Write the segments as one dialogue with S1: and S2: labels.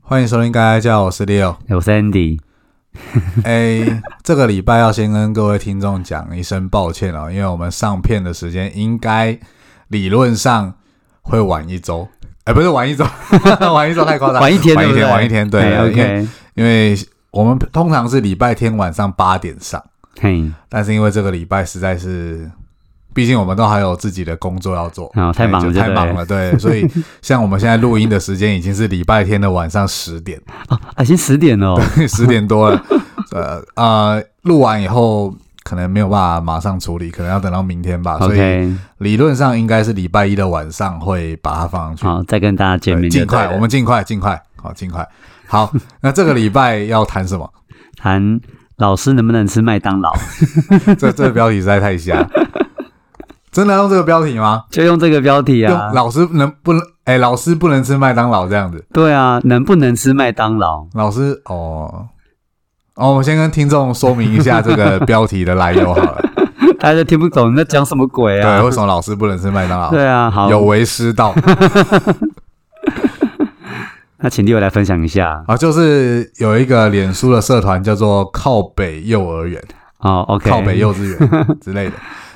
S1: 欢迎收听《该叫我是 Leo
S2: 我是 Andy，》。
S1: 哎，这个礼拜要先跟各位听众讲一声抱歉了，因为我们上片的时间应该理论上会晚一周。哎，不是晚一周， 晚一周太夸张，
S2: 晚一天
S1: 哦晚一
S2: 对不
S1: 天，
S2: 对
S1: 晚一天，对，
S2: 哎
S1: 因为
S2: ，OK，
S1: 因为我们通常是礼拜天晚上八点上，
S2: 嘿，
S1: 但是因为这个礼拜实在是，毕竟我们都还有自己的工作要做，哎
S2: 哦太忙了
S1: 对就太
S2: 就对
S1: 忙了，对，所以像我们现在录音的时间已经是礼拜天的晚上十点，
S2: 哦，啊，先十点哦，
S1: 十点多了，呃呃，录完以后可能没有办法马上处理，可能要等到明天啊吧，所以
S2: OK，
S1: 理论上应该是礼拜一的晚上会把它放上去，
S2: 好，再跟大家见
S1: 对
S2: 面就
S1: 尽
S2: 对了。
S1: 快，我们尽快，尽快，好，尽快，好，那这个礼拜要谈什么？
S2: 谈老师能不能吃麦 当劳，
S1: 这这标题实在太瞎，真的要用这个标题吗？
S2: 就用这个标题
S1: 用
S2: 啊。
S1: 老师能不能？哎、老师不能吃麦当劳这样子。
S2: 对啊，能不能吃麦当劳？
S1: 老师哦哦，我先跟听众说明一下这个标题的来由好 了。
S2: 大家都听不懂你在讲什么鬼
S1: 对，
S2: 啊？
S1: 为什么老师不能吃麦当劳？
S2: 对啊，好，
S1: 有违师 道
S2: 那请六来分享一下。
S1: 啊，就是有一个脸书的社团叫做“靠北幼儿园”、
S2: 哦
S1: “
S2: ，OK，
S1: 靠北幼稚 园”之类的，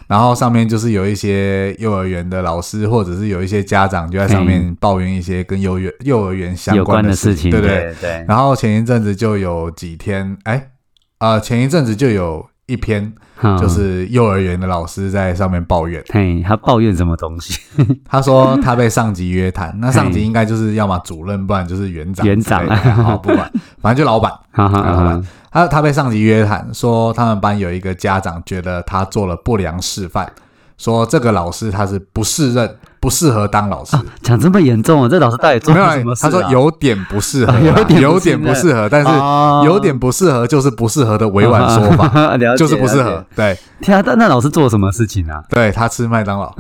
S1: 然后上面就是有一些幼儿园的老师，或者是有一些家长就在上面抱怨一些跟幼儿园幼儿园相
S2: 有关
S1: 的
S2: 事
S1: 情，
S2: 情，
S1: 对不对？
S2: 对对，
S1: 然后前一阵子就有几天，哎，呃，前一阵子就有一篇，
S2: 嗯
S1: 就是幼儿园的老师在上面抱怨，
S2: 嘿，他抱怨什么东西？
S1: 他说他被上级约谈，那上级
S2: 嘿
S1: 应该就是要么主任，不然就是园长之类
S2: 园
S1: 的，
S2: 长
S1: 好不管，反正就老板。
S2: 哈哈
S1: 啊
S2: 哈
S1: 老
S2: 哈
S1: 板，他他被上级约谈，说他们班有一个家长觉得他做了不良示范，说这个老师他是不适任，不适合当老师。
S2: 讲这么严重啊？这老师到底做
S1: 没有
S2: 了
S1: 啦
S2: 什么，事
S1: 他
S2: 啊？
S1: 说有点不适合啦，
S2: 啊有点不
S1: 有
S2: 适
S1: 点不
S2: 任
S1: 适合，但是
S2: 哦
S1: 有点不适合就是不适合的委婉说法，
S2: 法，啊 了解
S1: 就是不适。合
S2: 了。
S1: 对，
S2: 解天啊，那那老师做了什么事情啊？
S1: 对他吃麦当劳，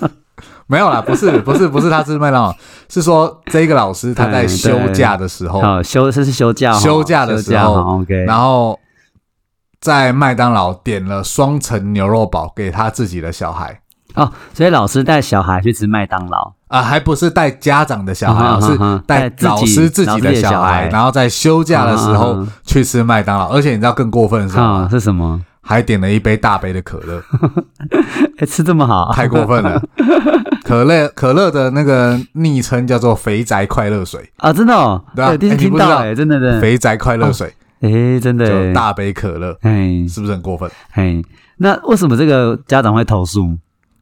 S1: 没有啦，不是，不是，不是他吃麦当劳，是说这个老师他在
S2: 嗯对
S1: 休假的时候，
S2: 好，休这是休假哦，
S1: 哦休假的时候
S2: 休假哦，OK，
S1: 然后在麦当劳点了双层牛肉堡给他自己的小孩
S2: 哦，所以老师带小孩去吃麦当劳，
S1: 啊、还不是带家长的小孩哦，
S2: 嗯哼嗯哼
S1: 是带
S2: 带自己
S1: 老师自己
S2: 老师
S1: 的
S2: 的小
S1: 小孩，
S2: 孩
S1: 然后在休假的时
S2: 嗯
S1: 候
S2: 嗯嗯
S1: 去吃麦当劳，而且你知道更过分的是什么
S2: 啊
S1: 吗，？
S2: 是什么？
S1: 还点了一杯大杯的可乐。
S2: 哎，吃这么好，
S1: 太过分了。 可乐可乐的那个昵称叫做“肥宅快乐水
S2: 啊！真的哦，
S1: 对啊
S2: 我第一
S1: 哎
S2: 次
S1: 你
S2: 听
S1: 不知
S2: 到，
S1: 道
S2: 哎，真的”，真的，
S1: 肥宅快乐水
S2: 哎，真的
S1: 就
S2: 耶，
S1: 大杯可乐，
S2: 哎
S1: 是不是很过分？
S2: 哎，那为什么这个家长会投诉？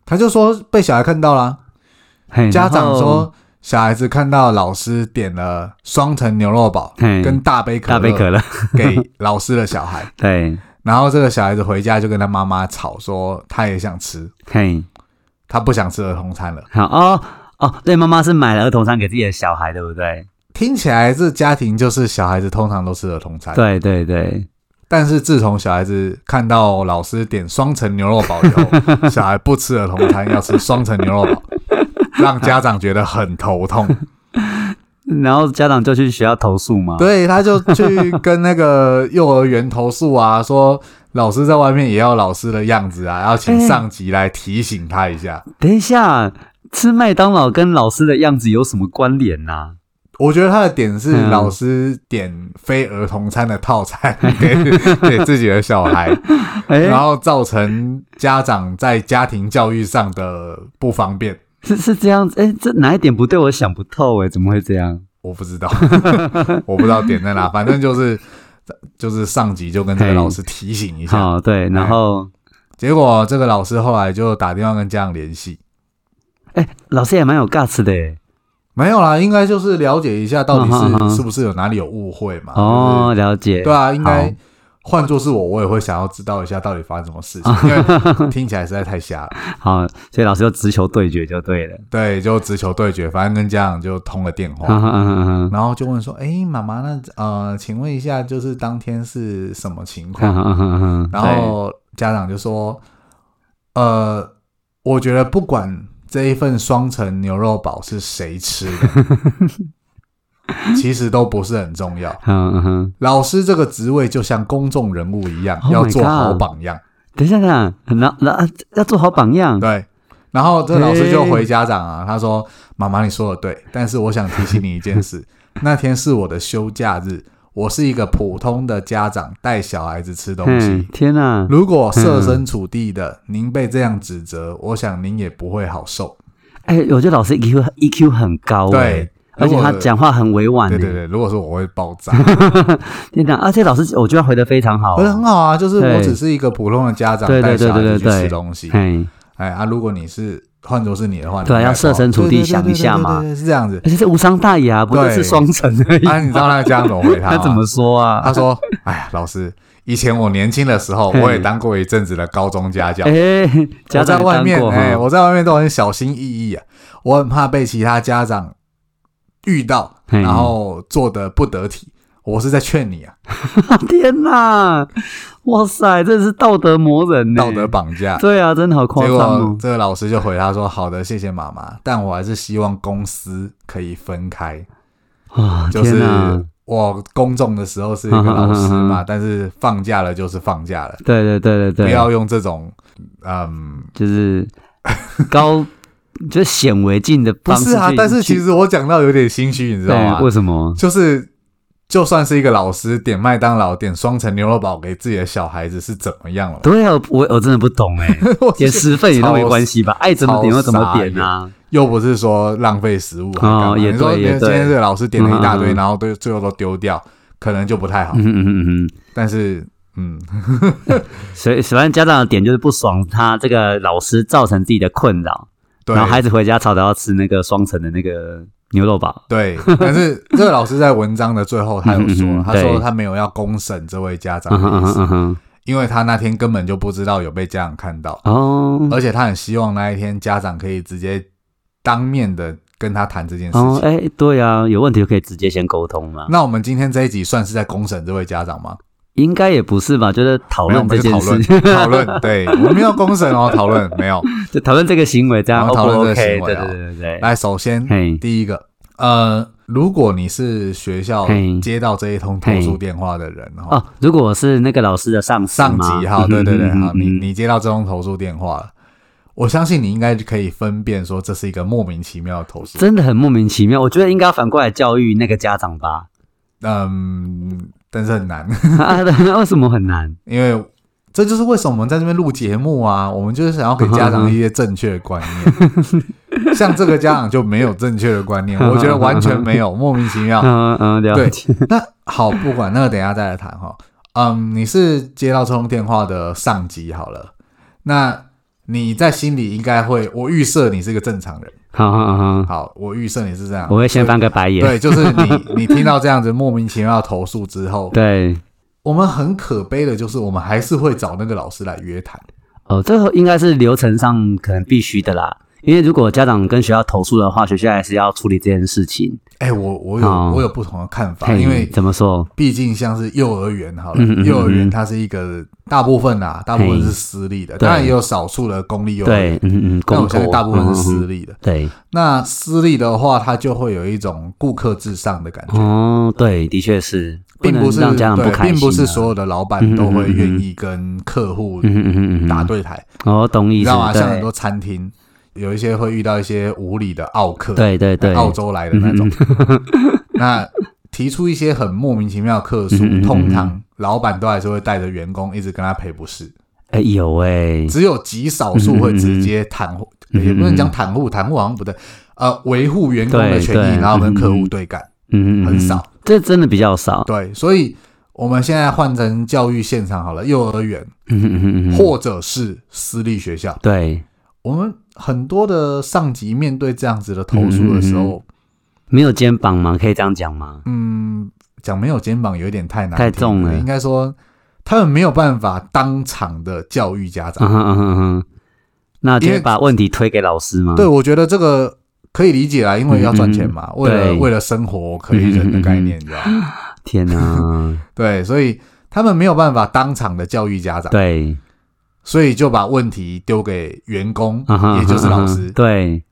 S1: 他就说被小孩看到啦，
S2: 嘿
S1: 家长，
S2: 然后
S1: 说小孩子看到老师点了双层牛肉堡
S2: 嘿
S1: 跟大杯可
S2: 嗯大杯可
S1: 乐
S2: 乐，
S1: 给老师的小孩，
S2: 对，
S1: 然后这个小孩子回家就跟他妈妈吵说他也想吃，
S2: 嘿，
S1: 他不想吃儿童餐了。
S2: 好哦哦，对，妈妈是买了儿童餐给自己的小孩，对不对？
S1: 听起来这家庭就是小孩子通常都吃儿童餐，
S2: 对对对，
S1: 但是自从小孩子看到老师点双层牛肉堡以 后，小孩不吃儿童餐，要吃双层牛肉堡，让家长觉得很头痛。
S2: 然后家长就去学校投诉嘛，
S1: 对，他就去跟那个幼儿园投诉啊，说老师在外面也要老师的样子啊，要请上级来提醒他一下。
S2: 等一下，吃麦当劳跟老师的样子有什么关联呐、
S1: 我觉得他的点是
S2: 嗯
S1: 老师点非儿童餐的套餐给给自己的小 孩，
S2: 哎、
S1: 然后造成家长在家庭教育上的不方便。
S2: 是是这样子，哎、这哪一点不对？我想不透、哎，怎么会这样？
S1: 我不知道， 我不知道点在 哪，反正就是就是上级就跟这个老师提醒一下，
S2: 好，对，然后，
S1: 结果这个老师后来就打电话跟家长联系，
S2: 哎、老师也蛮有 guts 的、哎
S1: 没有啦，应该就是了解一下到底
S2: 嗯哼嗯哼
S1: 是是不是有哪里有误会嘛，
S2: 哦，
S1: 就是
S2: 了解，
S1: 对啊，应
S2: 好
S1: 该。换作是我，我也会想要知道一下到底发生什么 事情，因为听起来实在太瞎了。
S2: 好，所以老师就直球对决就对了。
S1: 对，就直球对决，反正跟家长就通了电话。
S2: 嗯哼嗯哼
S1: 然后就问说：“哎，妈妈，那呃，请问一下，就是当天是什么情况
S2: 嗯？”哼嗯哼嗯哼，
S1: 然后家长就说：“呃，我觉得不管这一份双层牛肉堡是谁吃 的，其实都不是很重要。
S2: 对，嗯嗯哼，
S1: 老师这个职位就像公众人物一样
S2: Oh my
S1: 要做好
S2: God
S1: 榜样。
S2: 等一下，等一下，那那要做好榜样。
S1: 对。然 后这老师就回家长啊，他说：“妈妈，你说的对，但是我想提醒你一件事，那天是我的休假日，我是一个普通的家长，带小孩子吃东
S2: 嘿
S1: 西。
S2: 天哪、
S1: 如果设身处地的您被这样指
S2: 嗯
S1: 责，我想您也不会好受。
S2: 哎、我觉得老师 EQ EQ 很高、哎
S1: 对，
S2: 而且
S1: 如果
S2: 他讲话很委婉、哎
S1: 对对对，如果说我会爆炸，
S2: 天哪！而且老师，我觉得回的非常 好
S1: 我，觉得很好啊，就是我
S2: 对
S1: 只是一个普通的家长
S2: 对对
S1: 带
S2: 对
S1: 小孩
S2: 对
S1: 子
S2: 对
S1: 去吃
S2: 对，
S1: 东西。
S2: 嘿，
S1: 哎啊，如果你是换作是你的话，
S2: 对啊
S1: 你应该
S2: 要设身处地
S1: 对对对
S2: 想一下嘛
S1: 对对对对是这 样子。
S2: 而且这无伤大雅，不就
S1: 对
S2: 是双层而已？
S1: 啊，你知道那个家长怎么回他吗？
S2: 他怎么说啊？
S1: 他说：“哎呀，老师，以前我年轻的时候，
S2: 嘿
S1: 我也当过一阵子的高中家教。
S2: 哎，家
S1: 我在
S2: 长
S1: 外面，哎、
S2: 哎，
S1: 我在外面都很小心翼翼啊，我很怕被其他家长遇到，
S2: 嘿
S1: 然后做的不得体。我是在劝你啊，
S2: 天哪！哇塞，这是道德魔人呢！
S1: 道德绑架。
S2: 对啊，真的好夸
S1: 结
S2: 张
S1: 果
S2: 哦。
S1: 这个老师就回他说：好的，谢谢妈妈，但我还是希望公司可以分开。
S2: 啊，
S1: 就
S2: 天
S1: 是
S2: 哪！
S1: 我公众的时候是一个老师
S2: 嗯嗯嗯
S1: 嘛，
S2: 嗯
S1: 但是放假了就是放假了，
S2: 对对对对
S1: 不
S2: 对，
S1: 要用这种嗯
S2: 就是 高，就是显微镜的
S1: 不
S2: 方式
S1: 是啊
S2: 去，
S1: 但是
S2: 去
S1: 其实哦我讲到有点心虚，你知道
S2: 对
S1: 吗
S2: 为？什么？
S1: 就是就算是一个老师点麦当劳、点双层牛肉堡给自己的小孩子是怎么样了？
S2: 对啊，我我真的不懂 哎，点十份也都没关系吧？爱怎么点就怎么点啊？
S1: 又不是说浪费食物还干嘛，
S2: 哦也
S1: 你说
S2: 对也
S1: 今天这
S2: 对
S1: 个老师点了一大堆，
S2: 嗯嗯嗯
S1: 然后都最后都丢掉，可能就不太好。
S2: 嗯嗯嗯嗯。
S1: 但是 嗯，
S2: 所以，所以家长的点就是不爽他这个老师造成自己的困扰，
S1: 对
S2: 然后孩子回家吵着要吃那个双层的那个牛肉堡。
S1: 对，但是这个老师在文章的最后他有说
S2: 嗯嗯，嗯
S1: 他说
S2: 对
S1: 他没有要公审这位家长
S2: 嗯哼
S1: 的
S2: 嗯
S1: 意
S2: 哼
S1: 思，
S2: 嗯哼，
S1: 因为他那天根本就不知道有被家长看到，
S2: 哦
S1: 而且他很希望那一天家长可以直接当面的跟他谈这件事
S2: 哦，
S1: 情。
S2: 哎，对啊，有问题就可以直接先沟通嘛。
S1: 那我们今天这一集算是在公审这位家长吗？
S2: 应该也不是吧？就是讨
S1: 没有，我
S2: 论这
S1: 们是讨
S2: 件事
S1: 论，讨论，对，我们没有公审哦，讨论没有。
S2: 就讨论这个行为，这样
S1: 然
S2: O
S1: 后
S2: 不
S1: 讨论
S2: OK？
S1: 这
S2: 对
S1: 个行
S2: 对
S1: 为啊
S2: 对对对。
S1: 来，首先
S2: 嘿
S1: 第一个，呃，如果你是学校
S2: 嘿
S1: 接到这一通投诉电话的人哈，
S2: 哦，如果我是那个老师的上司
S1: 上
S2: 吗
S1: 级哈，对对对，
S2: 嗯
S1: 好，你
S2: 嗯嗯
S1: 你接到这通投诉电话了，我相信你应该可以分辨说这是一个莫名其妙的投诉。
S2: 真的很莫名其妙。我觉得应该要反过来教育那个家长吧？
S1: 嗯，但是很难，
S2: 啊，为什么很难？
S1: 因为这就是为什么我们在这边录节目啊，我们就是想要给家长一些正确的观念。 像这个家长就没有正确的观念，我觉得完全没有，莫名其妙。
S2: 嗯嗯，了
S1: 啊对
S2: 解。，
S1: 那好，不管那个，等一下再来谈哈。嗯，你是接到这通电话的上级好了，那你在心里应该会，我预设你是个正常人。
S2: 好好好，
S1: 好，我预设你是这样，
S2: 我会先翻个白眼。
S1: 对，就是你你听到这样子莫名其妙的投诉之后，
S2: 对，
S1: 我们很可悲的就是，我们还是会找那个老师来约谈。
S2: 哦，这个应该是流程上可能必须的啦。因为如果家长跟学校投诉的话，学校还是要处理这件事情。
S1: 哎，我我有、
S2: 哦
S1: 我有不同的看法，
S2: 嘿
S1: 啊因为
S2: 怎么说？
S1: 毕竟像是幼儿园好了，
S2: 嗯嗯嗯
S1: 幼儿园它是一个大部分啊，大部分是私立的，
S2: 对
S1: 当然也有少数的公立幼儿
S2: 对
S1: 园，，
S2: 嗯嗯，
S1: 但
S2: 工
S1: 我相
S2: 作
S1: 信大部分是私
S2: 嗯嗯嗯
S1: 立的。
S2: 对，
S1: 那私立的话，它就会有一种顾客至上的感觉。
S2: 哦，对，的确是，
S1: 并
S2: 能
S1: 不是
S2: 让家长
S1: 对，
S2: 开心啊，
S1: 并不是所有的老板都会愿意跟客户
S2: 嗯嗯嗯嗯
S1: 打
S2: 嗯
S1: 对台，
S2: 嗯，我懂
S1: 你
S2: 意
S1: 知
S2: 思
S1: 道吗？，
S2: 对
S1: 像很多餐厅有一些会遇到一些无理的奥客，
S2: 对对对，嗯
S1: 澳洲来的那种， 那提出一些很莫名其妙的客诉
S2: 嗯嗯嗯嗯，
S1: 通常老板都还是会带着员工一直跟他赔不是，
S2: 哎有哎，
S1: 只有极少数会直接袒护，
S2: 嗯嗯嗯
S1: 也不能讲袒护，袒护好像不对，呃，维护员工的权
S2: 对
S1: 益，
S2: 对
S1: 然后跟客户对干，
S2: 嗯嗯嗯
S1: 很少，
S2: 这真的比较少，
S1: 对，所以。我们现在换成教育现场好了，幼儿园
S2: 嗯嗯嗯嗯嗯，
S1: 或者是私立学校，
S2: 对，
S1: 我们很多的上级面对这样子的投诉的
S2: 嗯
S1: 时候，
S2: 没有肩膀吗？可以这样讲吗？
S1: 嗯，讲没有肩膀有一点太难，
S2: 太重了
S1: 应该说他们没有办法当场的教育家
S2: 嗯
S1: 长。
S2: 哼嗯哼嗯哼，那就
S1: 因
S2: 会
S1: 为
S2: 把问题推给老师吗？
S1: 对，我觉得这个可以理解啦，因为要赚钱嘛，为了
S2: 嗯对
S1: 为了生活我可以忍的概 念，你知道吗？
S2: 天哪、
S1: 对，所以他们没有办法当场的教育家长，
S2: 对，
S1: 所以就把问题丢给员工，
S2: 啊哈
S1: 也就是老
S2: 啊哈
S1: 师。
S2: 对，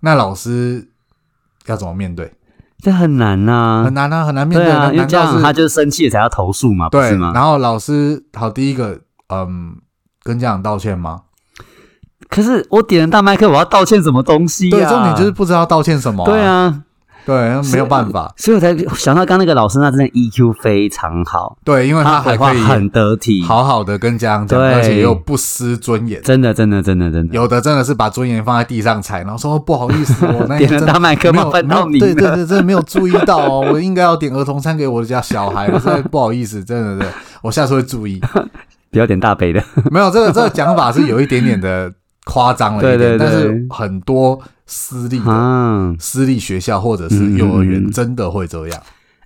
S1: 那老师要怎么面对？
S2: 这很难呐、
S1: 很难啊，很难面
S2: 对
S1: 对。
S2: 啊，因为
S1: 难
S2: 家
S1: 道
S2: 长他
S1: 是
S2: 就是生气了才要投诉嘛，不
S1: 对
S2: 是？吗？
S1: 然后老师好，第一个，嗯，跟家长道歉吗？
S2: 可是我点了大麦克，我要道歉什么东西、呀？
S1: 对，重点就是不知道道歉什么、
S2: 啊对，啊，
S1: 对，没有办法。
S2: 所以我才想到刚那个老师，他真的 EQ 非常好，
S1: 对，因为
S2: 他
S1: 还
S2: 回话
S1: 可以
S2: 很得体，
S1: 好好的跟家长讲，
S2: 对
S1: 而且又不失尊严。
S2: 真的，真的，真的，真的。
S1: 有的真的是把尊严放在地上踩，然后说、哦不好意思，我那天
S2: 点了
S1: 真
S2: 大麦克
S1: 没
S2: 风
S1: 有
S2: 碰到
S1: 没有
S2: 你
S1: 对对
S2: 了
S1: 对，真的没有注意到哦，我应该要点儿童餐给我的家小 孩，我真的不好意思，真的真的，我下次会注意。
S2: 不要点大 杯的，
S1: 没有 这个这个讲法是有一点点的夸张了一点，
S2: 对对对
S1: 但是很多私立的、
S2: 啊，
S1: 私立学校或者是幼儿
S2: 嗯嗯
S1: 园
S2: 嗯
S1: 真的会这样，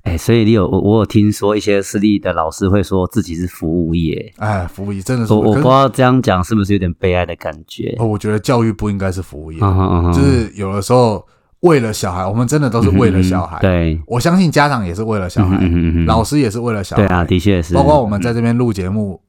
S2: 哎、所以你有我我有听说一些私立的老师会说自己是服务业，
S1: 哎，服务业真的是
S2: 我我
S1: 可
S2: 不
S1: 是
S2: 知道这样讲是不是有点悲哀的感觉
S1: 哦，。我觉得教育不应该是服务业，
S2: 嗯哼嗯哼
S1: 就是有的时候为了小孩，我们真的都是为了小孩。
S2: 嗯对，
S1: 我相信家长也是为了小孩，
S2: 嗯哼嗯哼嗯哼
S1: 老师也是为了小孩，
S2: 对啊，的确是，
S1: 包括我们在这边录节目，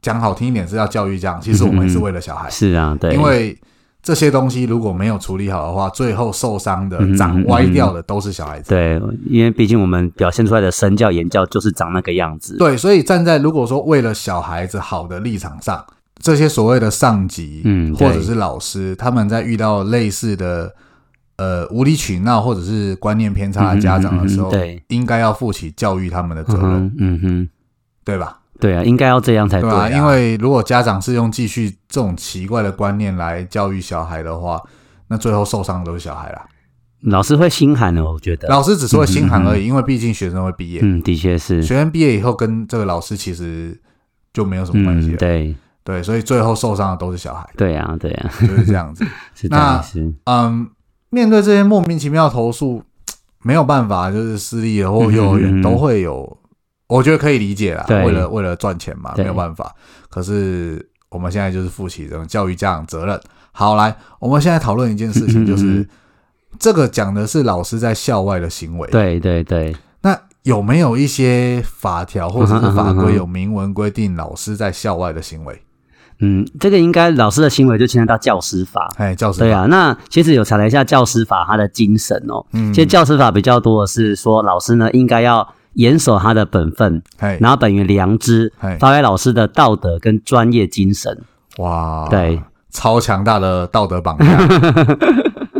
S1: 讲好听一点是要教育家长，其实我们也是为了小孩，
S2: 嗯是啊，对，
S1: 因为这些东西如果没有处理好的话，最后受伤的
S2: 嗯、
S1: 长歪掉的都是小孩子。
S2: 对，因为毕竟我们表现出来的身教言教就是长那个样子。嗯
S1: 对，所以站在如果说为了小孩子好的立场上，这些所谓的上级，
S2: 嗯对
S1: 或者是老师，他们在遇到类似的呃无理取闹或者是观念偏差的家长的时候，
S2: 嗯嗯嗯嗯对，
S1: 应该要负起教育他们的责
S2: 嗯
S1: 任，
S2: 哼，嗯哼，
S1: 对吧？
S2: 对啊，应该要这样才
S1: 对
S2: 啊，
S1: 啊，因为如果家长是用继续这种奇怪的观念来教育小孩的话，那最后受伤的都是小孩啦。
S2: 老师会心寒的，我觉得。
S1: 老师只是会心寒而已，因为毕竟学生会毕业，
S2: 嗯嗯，的确是，
S1: 学生毕业以后跟这个老师其实就没有什么关系
S2: 嗯，
S1: 了。
S2: 对，
S1: 对，所以最后受伤的都是小孩，
S2: 对啊，对啊，
S1: 就是这样子。
S2: 是这
S1: 那
S2: 样是，
S1: 嗯，面对这些莫名其妙的投诉，没有办法，就是私立的或幼儿
S2: 嗯嗯嗯
S1: 园都会有，我觉得可以理解啦。
S2: 对
S1: 为了为了赚钱嘛，
S2: 对
S1: 没有办法。可是我们现在就是负起这种教育家长责任。好，来，我们现在讨论一件事
S2: 嗯嗯
S1: 情，
S2: 嗯
S1: 就是这个讲的是老师在校外的行为。
S2: 对对对，
S1: 那有没有一些法条或者是法
S2: 嗯哼嗯哼
S1: 规有明文规定老师在校外的行为？
S2: 嗯，这个应该老师的行为就牵扯到教师法。
S1: 哎，教师
S2: 对
S1: 法，
S2: 啊，那其实有查了一下教师法它的精神哦，
S1: 嗯
S2: 其实教师法比较多的是说老师呢应该要严守他的本分，
S1: 哎，
S2: 然后本于良知
S1: 嘿，
S2: 发挥老师的道德跟专业精神。
S1: 哇，
S2: 对，
S1: 超强大的道德绑 架，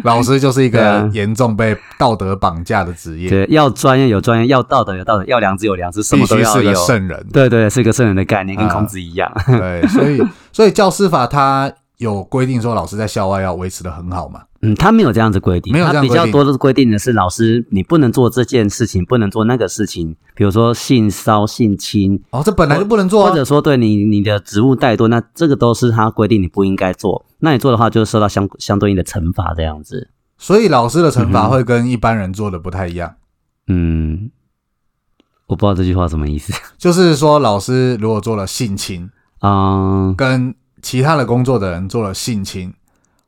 S1: 老师就是一
S2: 对
S1: 个
S2: 啊
S1: 严重被道德绑架的职业，
S2: 对，要专业有专业，要道德有道德，要良知有良知，什
S1: 必
S2: 么都
S1: 须
S2: 要
S1: 是
S2: 有。
S1: 个。圣人
S2: 对对，是个圣人的概念，跟
S1: 啊
S2: 孔子一样。
S1: 对，所以所以教师法它有规定说，老师在校外要维持的很好嘛。
S2: 嗯，他没有这样子规定，
S1: 没有这
S2: 他
S1: 样
S2: 比
S1: 规定
S2: 较多的规定的是，老师你不能做这件事情，不能做那个事情，比如说性骚、性侵，
S1: 哦，这本来就不能做、
S2: 或
S1: 啊
S2: 者，说对你你的职务怠惰，那这个都是他规定你不应该做。那你做的话，就受到相相对应的惩罚这样子。
S1: 所以老师的惩罚会跟一般人做的不太一样。
S2: 嗯，我不知道这句话什么意思。
S1: 就是说，老师如果做了性侵，
S2: 嗯，
S1: 跟其他的工作的人做了性侵，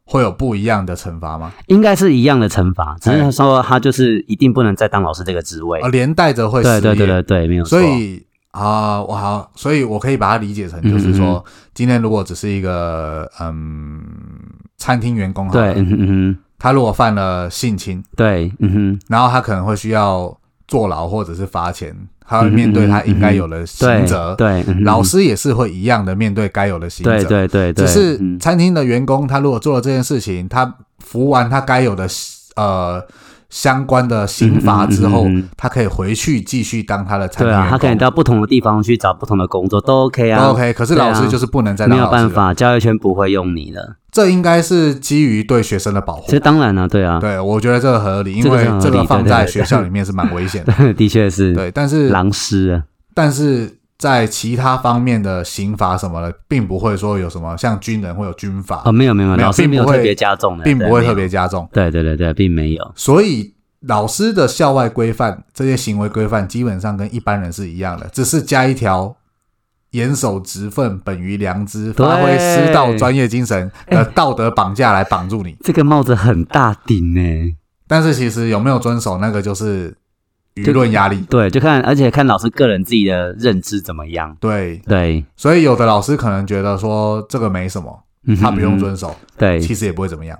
S1: 会有不一样的惩罚吗？
S2: 应该是一样的惩罚，只
S1: 哎
S2: 是说他就是一定不能再当老师这个职位
S1: 啊，。连带着会失业。
S2: 对对对对对，没有错。
S1: 所以啊，我好，所以我可以把它理解成
S2: 嗯
S1: 就是说，今天如果只是一个嗯餐厅员工好
S2: 对，
S1: 了，
S2: 嗯哼嗯哼，
S1: 他如果犯了性侵，
S2: 对，嗯哼，
S1: 然后他可能会需要坐牢或者是罚钱，他会面对他应该有的刑责
S2: 对。对，嗯哼
S1: 老师也是会一样的面对该有的刑责。
S2: 对对对对，
S1: 只是
S2: 嗯
S1: 餐厅的员工，他如果做了这件事情，他服完他该有的呃相关的刑罚之后
S2: 嗯嗯嗯嗯嗯，
S1: 他可以回去继续当他的餐厅
S2: 对
S1: 员
S2: 啊，
S1: 工。
S2: 他可以到不同的地方去找不同的工作，都 OK 啊，
S1: 都 OK，可是老师就是不能再
S2: 没
S1: 当
S2: 有
S1: 老
S2: 办
S1: 师了。
S2: 法，教育圈不会用你了。
S1: 这应该是基于对学生的保护
S2: 其。实当然了、对啊，
S1: 对，我觉得这个合理，因
S2: 这个
S1: 为
S2: 是很合理
S1: 这个放在
S2: 对对对
S1: 学校里面是蛮危险 的。
S2: 的确是
S1: 对，但是
S2: 狼师啊，
S1: 但是在其他方面的刑罚什么的，并不会说有什么像军人会有军
S2: 哦，
S1: 法，
S2: 没有没有，
S1: 没有
S2: 老师
S1: 并
S2: 没有
S1: 不会
S2: 特别加重的，
S1: 并
S2: 对
S1: 不会
S2: 没有
S1: 特别加重。
S2: 对对对对，并没有，
S1: 所以老师的校外规范，这些行为规范基本上跟一般人是一样的，只是加一条。严守职分，本于良知，发挥师道
S2: 对哎
S1: 专业精神的道德绑架来绑住你。
S2: 这个帽子很大顶呢。
S1: 但是其实有没有遵守，那个就是舆论压力。
S2: 对，就看，而且看老师个人自己的认知怎么样。
S1: 对，
S2: 对，
S1: 所以有的老师可能觉得说这个没什么，
S2: 嗯哼
S1: 他不用遵守，
S2: 对，
S1: 其实也不会怎么样，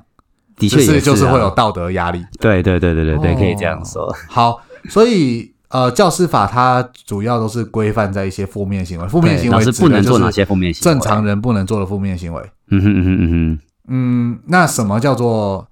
S2: 的确
S1: 只
S2: 也
S1: 是
S2: 是
S1: 就是
S2: 啊
S1: 会有。道德压力。
S2: 对对对对对对，可以这样
S1: 哦
S2: 说。
S1: 好，所以呃，教师法它主要都是规范在一些负面行为，负面
S2: 对，
S1: 行
S2: 老
S1: 为
S2: 师
S1: 指
S2: 不
S1: 的
S2: 能
S1: 就
S2: 做哪
S1: 是
S2: 些负面行为？
S1: 正常。人不能做的负面行为。
S2: 嗯哼嗯哼嗯哼。
S1: 嗯，那什么叫做？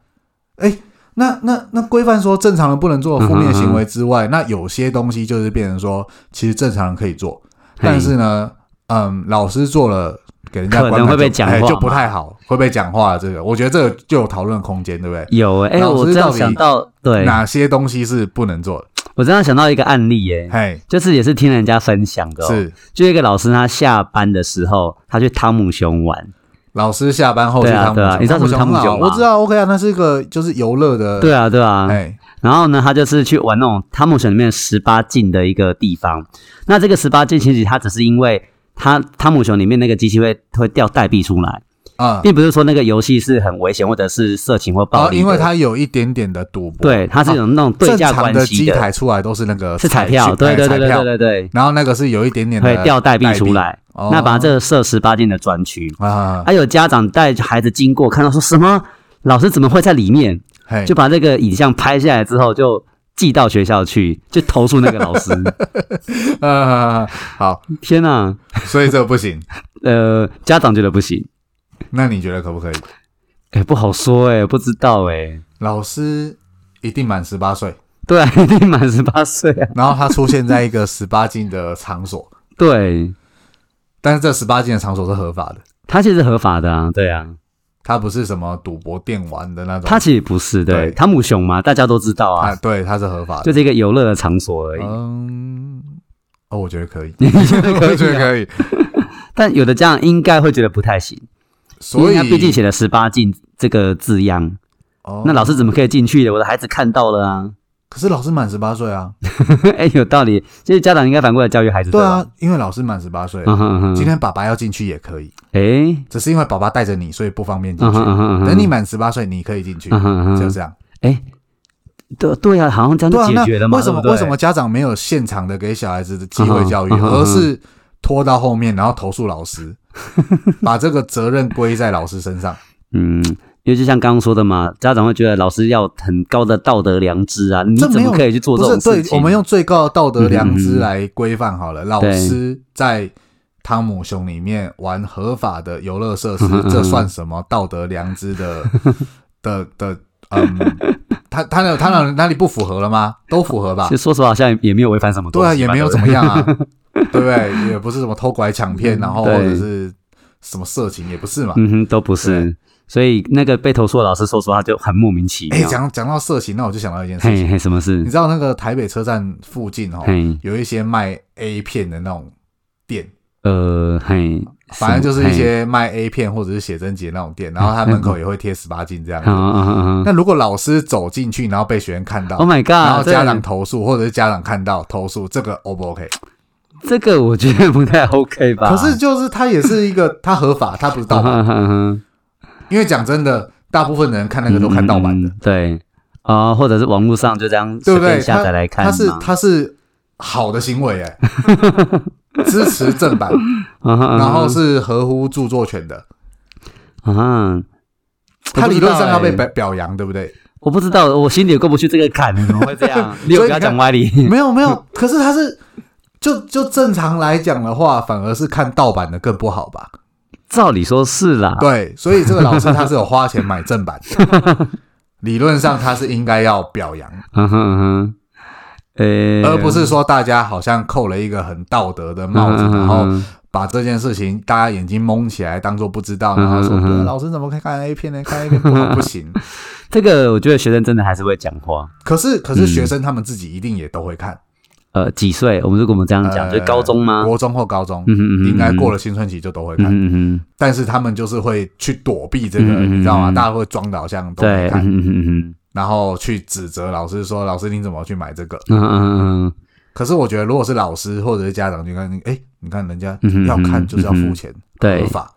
S1: 哎，那那那规范说正常人不能做的负面行为之外，那有些东西就是变成说，其实正常人可以做，但是呢，嗯，老师做了给人家
S2: 可能
S1: 观感
S2: 会被
S1: 就
S2: 讲
S1: 哎
S2: 话
S1: 就不
S2: 嘛
S1: 太好，会被讲话。这个我觉得这个就有讨论空间，对不对？
S2: 有哎、欸
S1: 老师
S2: 我这
S1: 到
S2: 样
S1: 底
S2: 想到，对啊
S1: 哪些东西是不能做的？
S2: 我这样想到一个案例耶、
S1: 嘿，
S2: 就是也是听人家分享的、哦，
S1: 是
S2: 就一个老师他下班的时候，他去汤姆熊玩，
S1: 老师下班后去
S2: 对啊
S1: 汤姆
S2: 对啊
S1: 熊，
S2: 你知道什么
S1: 很
S2: 汤姆
S1: 好
S2: 熊吗
S1: 我知道，OK 啊，那是一个就是游乐的，
S2: 对，啊对啊，
S1: 哎，
S2: 然后呢，他就是去玩那种汤姆熊里面十八禁的一个地方。那这个十八禁其实它只是因为它汤姆熊里面那个机器会会掉代币出来，
S1: 啊
S2: 并不是说那个游戏是很危险或者是色情或暴
S1: 啊，
S2: 力的、
S1: 因为它有一点点的赌博，
S2: 对它是有那种
S1: 哦
S2: 对
S1: 正
S2: 价
S1: 常
S2: 关
S1: 的
S2: 系
S1: 机台出来都是那个
S2: 是彩票，
S1: 券
S2: 对
S1: 哎
S2: 对
S1: 彩
S2: 对对
S1: 票
S2: 对对对，
S1: 然后那个是有一点点的
S2: 会掉代币出来。
S1: 哦
S2: 那把这个设十八禁的专区，
S1: 啊，
S2: 还有家长带孩子经过，看到说什么老师怎么会在里面，
S1: 嘿
S2: 就把这个影像拍下来之后就。寄到学校去，就投诉那个老 师。
S1: 呃 好，
S2: 天哪、
S1: 所以这个不行。
S2: 呃，家长觉得不行，
S1: 那你觉得可不可以？
S2: 哎、不好说哎、不知道哎、
S1: 老师一定满十八岁，
S2: 对啊，一定满十八岁啊。
S1: 然后他出现在一 个十八禁的场所，
S2: 对，
S1: 但是这十八禁的场所是合法的，
S2: 他其实合法的啊，对啊，
S1: 它不是什么赌博电玩的那种。
S2: 他其实不是，对，
S1: 对
S2: 汤姆熊嘛，大家都知道
S1: 啊，
S2: 啊，
S1: 对，它是合法的。
S2: 就是一个游乐的场所而已。
S1: 嗯，哦，我觉得可以，
S2: 你觉得 可
S1: 我觉
S2: 以
S1: 得
S2: 啊、
S1: 可以。
S2: 但有的家长应该会觉得不太行，因
S1: 所
S2: 为
S1: 以
S2: 他毕竟写了“十八禁”这个字样，
S1: 哦
S2: 那老师怎么可以进去的？我的孩子看到了啊，
S1: 可是老师满十八岁啊，
S2: 哎、有道理。其实家长应该反过来教育孩子，
S1: 对
S2: 吧？
S1: 啊，因为老师满十八岁，
S2: 嗯哼嗯哼，
S1: 今天爸爸要进去也可以，
S2: 哎、
S1: 只是因为爸爸带着你，所以不方便进
S2: 嗯
S1: 去
S2: 哼。嗯哼嗯哼，
S1: 等你满十八岁，你可以进去，
S2: 嗯哼嗯哼
S1: 就这样。
S2: 哎、对对啊，好像这样
S1: 啊对啊，
S2: 就
S1: 那
S2: 解决了嘛？
S1: 为什么
S2: 对不对
S1: 为什么家长没有现场的给小孩子的机会教育，
S2: 嗯哼嗯哼
S1: 而是拖到后面，然后投诉老 师，把这个责任归在老师身上？
S2: 嗯，因为就像刚刚说的嘛，家长会觉得老师要很高的道德良知啊，你
S1: 这
S2: 怎
S1: 没有
S2: 么可以去做这
S1: 不
S2: 种
S1: 是，
S2: 事
S1: 对，
S2: 情？
S1: 我们用最高的道德良
S2: 嗯
S1: 知
S2: 嗯嗯
S1: 来规范好了。老
S2: 对
S1: 师在汤姆熊里面玩合法的游乐设施
S2: 嗯哼嗯，哼
S1: 这算什么道德良知的 的的？嗯，他他那他那哪里不符合了吗？都符合吧
S2: 其？实说实话，好像也没有违反什么东
S1: 对
S2: 西
S1: 啊，
S2: 吧，
S1: 也没有
S2: 对
S1: 怎
S2: 不
S1: 么样啊，对不对？也不是什么偷拐抢骗，然后或
S2: 对
S1: 者是什么色情，也不是嘛
S2: 对。嗯哼，都不是。所以那个被投诉的老师说实话就很莫名其
S1: 哎，
S2: 妙。
S1: 讲讲到色情，那我就想到一件事
S2: 嘿
S1: 情，
S2: 嘿，什么
S1: 你
S2: 事？
S1: 知道那个台北车站附近哦，
S2: 嘿，
S1: 有一些卖 A 片的那种店，
S2: 呃，嘿，
S1: 反正就是一
S2: 什么。
S1: 些卖 A 片或者是写真集的那种店，然后它门口也会贴十八禁这样
S2: 嘿啊
S1: 子。
S2: 啊啊啊
S1: 那如果老师走进去，然后被学员看到
S2: ！Oh，my
S1: 然后
S2: god！
S1: 家长
S2: 这
S1: 投诉，或者是家长看到投诉，这个 O 不 OK？
S2: 这个我觉得不太 OK 吧？
S1: 可是就是它也是一个，它合法，它不是盗
S2: 啊
S1: 版。
S2: 哈哈哈，
S1: 因为讲真的，大部分人看那个都看盗版的，
S2: 嗯，嗯嗯对啊，或者是网络上就这样
S1: 对
S2: 随
S1: 不对？
S2: 便下载来看
S1: 它
S2: 嘛，
S1: 是它是好的行 为哎、支持正版，
S2: 啊哈，
S1: 然
S2: 然
S1: 后是合乎著作权的，
S2: 啊，
S1: 它理论上要被
S2: 白。
S1: 表表扬，对不对？
S2: 我不知道，我心里也过不去这个坎，怎么会这 样？你有
S1: 所以
S2: 不要
S1: 你看
S2: 讲歪理，
S1: 没有没
S2: 嗯
S1: 有，可是它是就就正常来讲的话，反而是看盗版的更不好吧？
S2: 照理说是啦，
S1: 对，所以这个老师他是有花钱买正版的， 理论上他是应该要表扬，
S2: 嗯哼嗯哼，呃，
S1: 而不是说大家好像扣了一个很道德的帽子，
S2: 嗯哼
S1: 然后。
S2: 嗯哼
S1: 把这件事情大家眼睛蒙起来，当做不知道，
S2: 嗯
S1: 然后说：“
S2: 嗯
S1: 对啊
S2: 嗯
S1: 老师怎么可以看 A 片呢？看 A 片不好不 行。
S2: 这个，我觉得学生真的还是会讲话。”
S1: 可是，可是学
S2: 嗯
S1: 生他们自己一定也都会看，
S2: 呃，几岁？我们如果我们这样嗯讲，
S1: 呃
S2: 就高中吗？
S1: 国中或高中，
S2: 嗯哼嗯哼
S1: 应该过了青春期就都会
S2: 嗯
S1: 看。
S2: 哼嗯哼，
S1: 但是他们就是会去躲避这个，
S2: 嗯嗯嗯
S1: 你知道吗？
S2: 嗯
S1: 大家会装的好像都没
S2: 对，嗯
S1: 看，
S2: 哼嗯哼嗯
S1: 然后去指责老师说：“老师你怎么去买这个
S2: 哼嗯哼嗯哼，？”
S1: 可是我觉得，如果是老师或者是家长，就跟哎，你看人家
S2: 嗯嗯嗯嗯
S1: 要看就是要付钱，
S2: 对
S1: 合，法，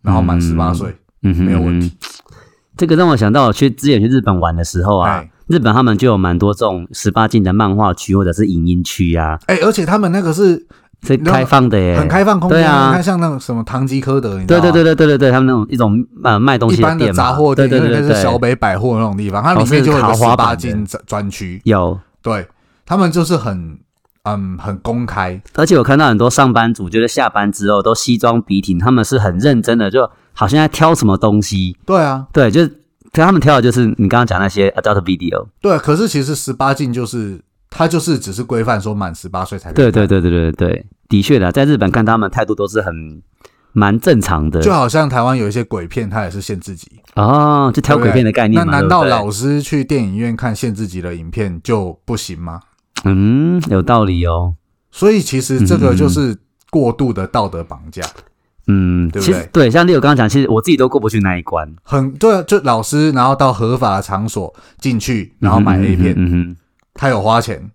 S1: 然后满十八岁
S2: 嗯哼
S1: 没有问。
S2: 嗯
S1: 题
S2: 哼。这个让我想到，我去之前去日本玩的时候啊
S1: 哎，
S2: 日本他们就有蛮多这种十八禁的漫画区或者是影音区啊，
S1: 哎，而且他们那个是
S2: 是
S1: 那
S2: 开放的耶，
S1: 很开放空间。
S2: 对啊
S1: 你看像那种什么唐吉诃德，你知道
S2: 对
S1: 吗
S2: 对对对对对对，他们那种一种呃卖东
S1: 一
S2: 西
S1: 般的
S2: 店嘛，
S1: 杂货店，
S2: 对对
S1: 尤
S2: 对
S1: 其
S2: 对
S1: 是小
S2: 对，
S1: 北百货那种地方，它里
S2: 哦
S1: 面
S2: 是
S1: 就会有
S2: 卡
S1: 十
S2: 花版
S1: 八
S2: 的
S1: 禁专专区，
S2: 有，
S1: 对他们就是很嗯很公开，
S2: 而且我看到很多上班族，就是下班之后都西装笔挺，他们是很认真的，就好像在挑什么东西，
S1: 对啊，
S2: 对，就是可他们挑的就是你刚刚讲那些 adult video。
S1: 对，可是其实十八禁就是它就是只是规范说满十八岁才可以
S2: 对对
S1: 看，
S2: 对对对对，的确的，在日本看他们态度都是很蛮正常的
S1: 就好像台湾有一些鬼片，它也是限制级。
S2: 哦，就挑
S1: 对不
S2: 鬼
S1: 对
S2: 片的概念
S1: 那
S2: 嘛
S1: 难道？
S2: 对不对
S1: 老师去电影院看限制级的影片就不行吗？
S2: 嗯，有道理哦。
S1: 所以其实这个就是过度的道德绑架，
S2: 嗯，
S1: 对不
S2: 其
S1: 对
S2: 实对，像你有刚刚讲，其实我自己都过不去那一关。
S1: 很对啊，就老师然后到合法的场所进去，然后买 A 片，
S2: 嗯哼，
S1: 他有花钱，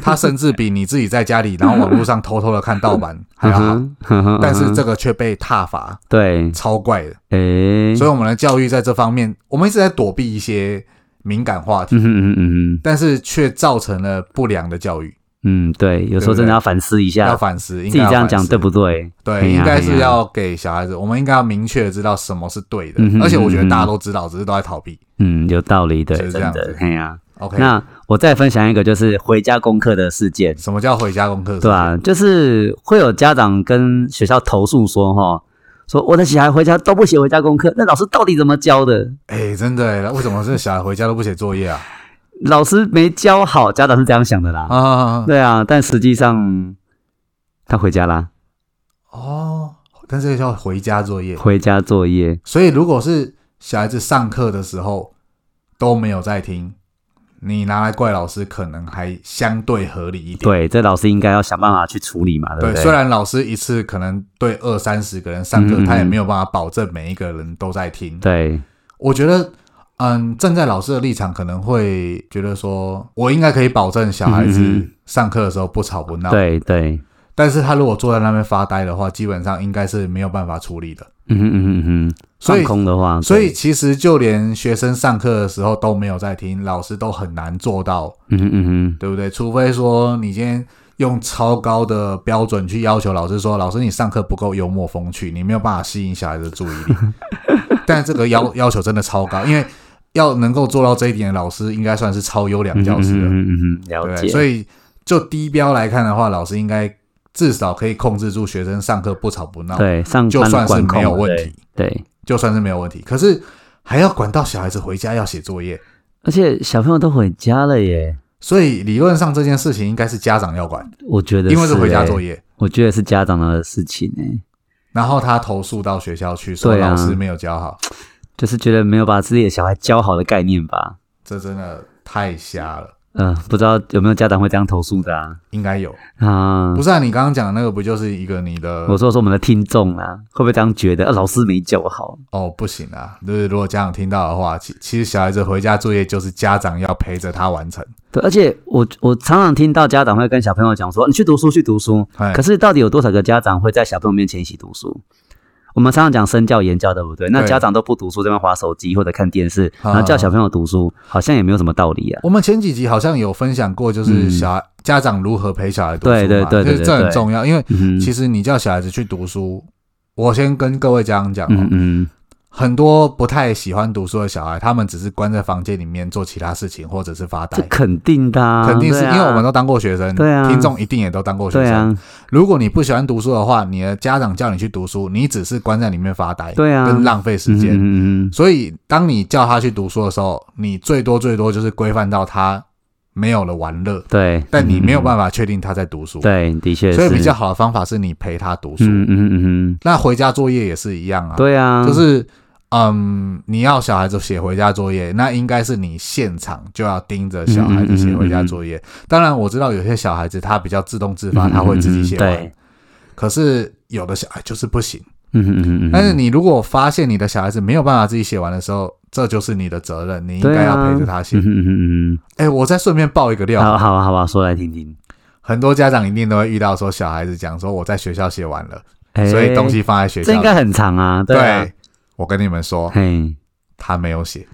S1: 他甚至比你自己在家里然后网络上偷偷的看盗版还
S2: 嗯
S1: 要好。
S2: 哼嗯哼，
S1: 但是
S2: 嗯哼
S1: 这个却被踏伐，
S2: 对，
S1: 超怪的。
S2: 诶，
S1: 所以我们的教育在这方面，我们一直在躲避一些敏感话题，
S2: 嗯哼嗯哼嗯哼
S1: 但是却造成了不良的教育，
S2: 嗯，对，有时候真的要反思一
S1: 要
S2: 下，
S1: 反思。
S2: 自
S1: 应
S2: 己
S1: 该要
S2: 这样
S1: 反
S2: 讲
S1: 思
S2: 对不对？哎
S1: 对，
S2: 呀
S1: 应该
S2: 哎
S1: 是
S2: 呀
S1: 要给小孩子，我们应该要明确地知道什么是对的
S2: 嗯，哼
S1: 而且我觉
S2: 嗯
S1: 得
S2: 哼
S1: 大家都知道，只是都在逃避。
S2: 嗯，有道理，对，
S1: 就是
S2: 真
S1: 这样
S2: 的
S1: 子，
S2: 哎呀。
S1: OK，
S2: 那我再分享一个，就是回家功课的事件，
S1: 什么叫回家功课？
S2: 对啊吧、就是会有家长跟学校投诉说，哈，说我的小孩回家都不写回家功课，那老师到底怎么教的？
S1: 哎，真的耶，为什么这小孩回家都不写作业啊？
S2: 老师没教好，家长是这样想的啦。
S1: 啊，
S2: 对 啊，但实际上他回家啦，
S1: 哦，但是叫回家作业，
S2: 回家作业，
S1: 所以如果是小孩子上课的时候都没有在听，你拿来怪老师，可能还相对合理一点。
S2: 对，这老师应该要想办法去处理嘛，对不
S1: 对，
S2: 对？
S1: 虽然老师一次可能对二三十个人上课，
S2: 嗯嗯嗯
S1: 他也没有办法保证每一个人都在听。
S2: 对，
S1: 我觉得，嗯，站在老师的立场，可能会觉得说，我应该可以保证小孩
S2: 嗯嗯
S1: 子
S2: 嗯
S1: 上课的时候不吵不闹。，
S2: 对对，
S1: 但是他如果坐在那边发呆的话，基本上应该是没有办法处理的。
S2: 嗯哼嗯哼嗯哼，
S1: 所以
S2: 放空的话，
S1: 所
S2: 啊对
S1: 以其实就连学生上课的时候都没有在听，老师都很难做到，
S2: 嗯哼嗯哼，
S1: 对不对？除非说你今天用超高的标准去要求老师说，老师你上课不够幽默风趣，你没有办法吸引小孩子的注意 力。但这个要要求真的超高，因为要能够做到这一点的老师，应该算是超优良教师
S2: 嗯
S1: 了，
S2: 哼嗯哼嗯哼，
S1: 对
S2: 了
S1: 不
S2: 解，
S1: 对。所以就低标来看的话，老师应该至少可以控制住学生上课不吵不闹，
S2: 对上
S1: 就
S2: 班
S1: 算是
S2: 管
S1: 没
S2: 控
S1: 有
S2: 嘛
S1: 问
S2: 对
S1: 题。
S2: 对，
S1: 就算是没有问题，可是还要管到小孩子回家要写作业，
S2: 而且小朋友都回家了耶，
S1: 所以理论上这件事情应该是家长要管，
S2: 我觉得
S1: 因为是回家
S2: 耶
S1: 作业，
S2: 我觉得是家长的事情哎、
S1: 然后他投诉到学校去说
S2: 对啊
S1: 老师没有教好，
S2: 就是觉得没有把自己的小孩教好的概念吧。
S1: 这真的太瞎了，
S2: 嗯、不知道有没有家长会这样投诉的啊？
S1: 应该有，
S2: 啊
S1: 不，是啊？你刚刚讲的那个不就是一个你的
S2: 我说说我们的听众啊，会不会这样觉得？啊、老师没教好，
S1: 哦不行啊，就是如果家长听到的话，其其实小孩子回家作业就是家长要陪着他完成，
S2: 对，而且我我常常听到家长会跟小朋友讲说，你去读书去读书，
S1: 哎
S2: 可是到底有多少个家长会在小朋友面前一起读书？我们常常讲身教言教，对不对？那
S1: 对
S2: 家长都不读书，这边划手机或者看电视，
S1: 啊
S2: 然后叫小朋友读书，好像也没有什么道理啊。
S1: 我们前几集好像有分享过，就是
S2: 嗯
S1: 小孩、家长如何陪小孩读书嘛，
S2: 对对对对
S1: 就是这
S2: 对
S1: 很
S2: 对
S1: 重要，因为
S2: 嗯哼
S1: 其实你叫小孩子去读书，我先跟各位家长讲、哦，
S2: 嗯嗯，
S1: 很多不太喜欢读书的小孩，他们只是关在房间里面做其他事情，或者是发呆
S2: 这。肯定的啊、
S1: 肯定是、
S2: 对啊
S1: 因为我们都当过学生，
S2: 对啊
S1: 听众一定也都当过学
S2: 对
S1: 生。
S2: 啊，
S1: 如果你不喜欢读书的话，你的家长叫你去读书，你只是关在里面发呆，
S2: 对啊
S1: 跟浪费时间。
S2: 嗯嗯嗯
S1: 所以，当你叫他去读书的时候，你最多最多就是规范到他没有了玩乐，
S2: 对，
S1: 但你没有办
S2: 法。
S1: 法确定他在读书。，
S2: 嗯对，的确是，
S1: 所以比较好的方法是你陪他读书。
S2: 嗯嗯嗯嗯
S1: 那回家作业也是一样啊
S2: 嗯，，对啊，
S1: 就是嗯，你要小孩子写回家作业，那应该是你现场就要盯着小孩子写回家作
S2: 嗯
S1: 业。当然，我知道有些小孩子他比较自动自发，他会自己写
S2: 嗯嗯嗯嗯
S1: 完
S2: 对。
S1: 可是有的小孩就是不行。
S2: 嗯嗯嗯嗯，
S1: 但是你如果发现你的小孩子没有办法自己写完的时候，这就是你的责任，你应该要陪着他写
S2: 嗯。嗯嗯嗯
S1: 哎，我再顺便爆一个
S2: 嗯，好
S1: 料，
S2: 好啊好啊，说来听听，
S1: 很多家长一定都会遇到说小孩子讲说我在学校写完了，
S2: 哎
S1: 所以东西放在学
S2: 这应
S1: 校。
S2: 该很长啊，啊
S1: 对，，我跟你们说，
S2: 嘿，
S1: 他没有写，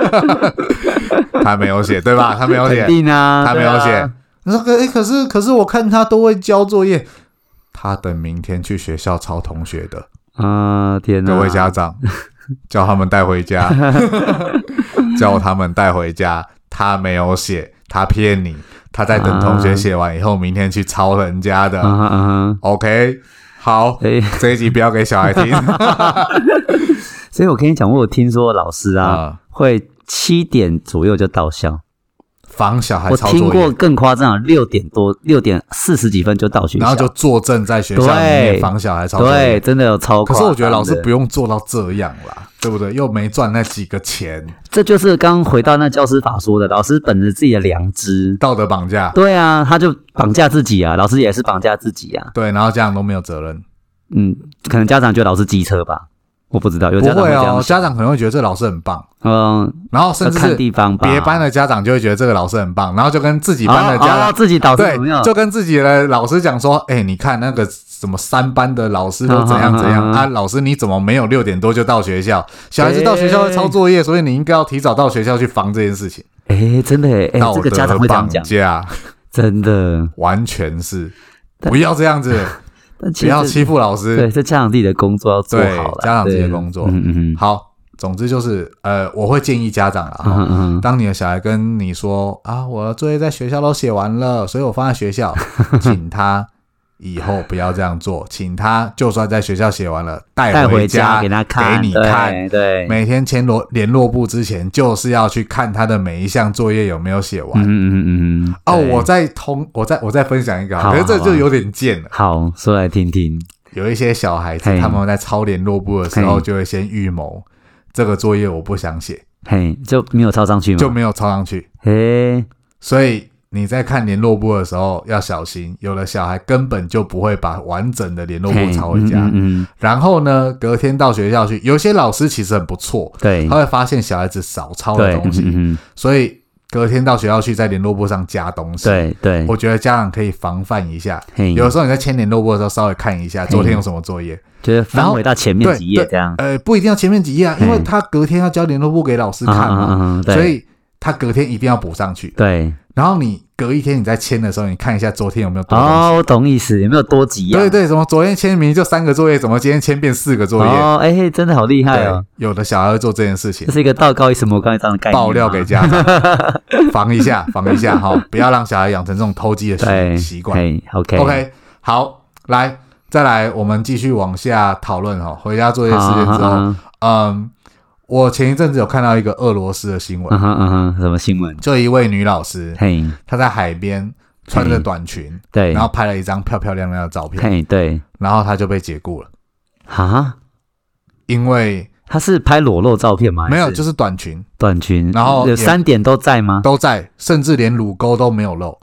S1: 他没有写，对吧？他没有写
S2: 肯，定啊，
S1: 他没有
S2: 对
S1: 写
S2: 啊，。
S1: 那个哎，可是可是我看他都会交作业，他等明天去学校抄同学的。
S2: 啊天哪，
S1: 各位家 长，叫他们带回家，叫他们带回家。他没有写，他骗你，他在等同学写完以后，明天去抄人家
S2: 啊
S1: 的。
S2: 哈啊哈，
S1: OK，好，
S2: 哎，
S1: 这一集不要给小孩听。
S2: 所所以我跟你讲，我有听说老师啊，
S1: 啊，
S2: 会七点左右就到校，
S1: 防小孩
S2: 我
S1: 抄
S2: 听
S1: 作
S2: 过
S1: 业，
S2: 更夸张的，啊六点多六点四十几分就到学校，
S1: 然后就坐镇在学校里面
S2: 对
S1: 防小孩抄作业
S2: 对，。真的有超
S1: 可
S2: 夸
S1: 是
S2: 张的。
S1: 我觉得老师不用做到这样啦，对不对？又没赚那几个钱，
S2: 这就是刚回到那教师法说的，老师本着自己的良知，
S1: 道德绑架，
S2: 对啊，他就绑架自己啊，老师也是绑架自己啊，
S1: 对，然后家长都没有责任。
S2: 嗯，可能家长觉得老师机车吧，我不知道，有
S1: 不
S2: 家长
S1: 会
S2: 这样
S1: 哦，
S2: 想，
S1: 家长可能会觉得这老师很棒，
S2: 嗯，
S1: 然后甚
S2: 要
S1: 至
S2: 看
S1: 是
S2: 地方吧，
S1: 别班的家长就会觉得这个老师很棒，然后就跟自己班的家
S2: 哦
S1: 长
S2: 哦自己导师
S1: 对
S2: 怎么，样？
S1: 就跟自己的老师讲说，哎、你看那个什么三班的老师都怎样怎样
S2: 嗯嗯嗯嗯
S1: 啊，老师你怎么没有六点多就到学校？小孩子到学校会抄作业，所以你应该要提早到学校去防这件事情。
S2: 哎，真的哎，
S1: 道
S2: 这个家
S1: 德
S2: 长会这样
S1: 绑
S2: 讲，
S1: 架
S2: 真的，
S1: 完全 是不要这样子，
S2: 但
S1: 不
S2: 其
S1: 要
S2: 实
S1: 欺负老
S2: 对，
S1: 师。
S2: 这家长自己的工作要做
S1: 对
S2: 好了，
S1: 家长自己的
S2: 对
S1: 工作
S2: 嗯嗯嗯
S1: 好，总之就是呃，我会建议家长啦。
S2: 嗯
S1: 哈
S2: 嗯，
S1: 当你的小孩跟你说啊，我的作业在学校都写完了，所以我放在学 校，请他以后不要这样做，请他就算在学校写完了，带
S2: 带回
S1: 家
S2: 给他看，
S1: 给你
S2: 对
S1: 看。
S2: 对，
S1: 每天签罗联络簿之前，就是要去看他的每一项作业有没有写
S2: 嗯
S1: 完。
S2: 嗯嗯嗯嗯，
S1: 哦，
S2: 对
S1: 我再通，我再我再分享一个啊，
S2: 好
S1: 可是这
S2: 好
S1: 就
S2: 啊
S1: 有点贱了。
S2: 好说来听听，
S1: 有一些小孩子，
S2: 嘿
S1: 他们在抄联络簿的时候，
S2: 嘿
S1: 就会先预谋这个作业我不想写，
S2: 嘿，就没有抄上去吗？
S1: 就没有抄上去。
S2: 嘿，
S1: 所以你在看联络簿的时候要小心，有的小孩根本就不会把完整的联络簿
S2: 嘿
S1: 抄回家。
S2: 嗯嗯嗯，
S1: 然后呢，隔天到学校去，有些老师其实很不错，
S2: 对
S1: 他，会发现小孩子少抄的
S2: 嗯对，
S1: 东西，
S2: 嗯嗯嗯
S1: 所以隔天到学校去在联络簿上加东西。
S2: 对对，
S1: 我觉得家长可以防范一下。
S2: 嘿，
S1: 有时候你在签联络簿的时候，稍微看一下昨天有什么作业。
S2: 就是翻回到前面
S1: 对
S2: 几页
S1: 对
S2: 这样，
S1: 呃，不一定要前面几页啊，因为
S2: 嘿
S1: 他隔天要交联络簿给老师
S2: 啊
S1: 看
S2: 啊啊
S1: 嘛，
S2: 啊啊，对
S1: 所以他隔天一定要补上去。
S2: 对，
S1: 然后你隔一天你在签的时候，你看一下昨天有没有多东西。
S2: 哦，我懂意思，有没有多几页？
S1: 对对，怎么昨天签名就三个作业，怎么今天签变四个作业？
S2: 哦，哎、嘿真的好厉害
S1: 对
S2: 哦！，
S1: 有的小孩会做这件事情
S2: 这，是一个道高一尺，魔高一丈的概念 吗。
S1: 爆料给家长，防一下，防一下哈，不要让小孩养成这种偷鸡的
S2: 对
S1: 习习惯。
S2: 嘿 OK
S1: OK，好，来再来，我们继续往下讨论哈。回家作业事件之
S2: 好
S1: 后，
S2: 好
S1: 嗯，我前一阵子有看到一个俄罗斯的新
S2: 嗯
S1: 闻，
S2: 哼嗯哼，什么新闻？
S1: 就一位女老师，
S2: 嘿，嗯
S1: 她在海边穿着短裙，
S2: 对，
S1: 然后拍了一张漂漂亮亮的照片，
S2: 嘿对，
S1: 然后他就被解雇了，
S2: 哈，
S1: 因为
S2: 他是拍裸露照片吗？
S1: 没有
S2: 还是
S1: 就是短裙
S2: 短裙，
S1: 然后
S2: 有
S1: 也
S2: 三点都在吗？
S1: 都在，甚至连乳沟都没有露。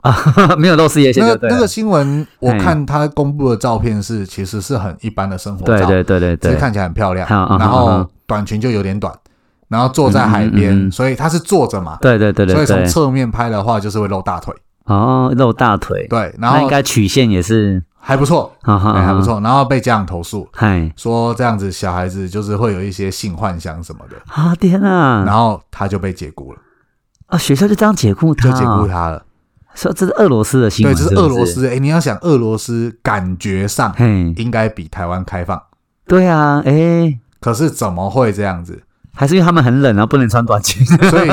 S2: 没有露事业线
S1: 那
S2: 啊就
S1: 个
S2: 对
S1: 那
S2: 了
S1: 个新闻，我
S2: 嘿
S1: 看他公布的照片是其实是很一般的生活
S2: 对
S1: 照，
S2: 对对对
S1: 只是
S2: 对，
S1: 看起来很漂亮，
S2: 好嗯
S1: 然
S2: 嗯
S1: 后
S2: 嗯
S1: 短裙就有点短，然后坐在海
S2: 嗯嗯
S1: 边，
S2: 嗯
S1: 所以他是坐着嘛，
S2: 对对对
S1: 所以
S2: 对
S1: 从
S2: 对，
S1: 侧面拍的话就是会露大腿，
S2: 哦，露大腿，
S1: 对，然
S2: 那应
S1: 后
S2: 该啊曲线也是，
S1: 还不错，
S2: 哈哈，
S1: 哎还不
S2: 哈，
S1: 错，然后被家长投诉
S2: 嗨，
S1: 说这样子小孩子就是会有一些性幻想什么的，
S2: 啊天啊，
S1: 然后他就被解雇了，
S2: 啊学校就这样解雇他
S1: 就
S2: 哦，
S1: 解雇他了。
S2: 说这是俄罗斯的新
S1: 对，
S2: 闻，
S1: 这
S2: 是
S1: 是
S2: 不
S1: 俄罗，斯。哎，你要想俄罗斯，感觉上
S2: 嘿，
S1: 应该比台湾开放，
S2: 对啊，哎，
S1: 可是怎么会这样子？
S2: 还是因为他们很冷啊，不能穿短裙，
S1: 所以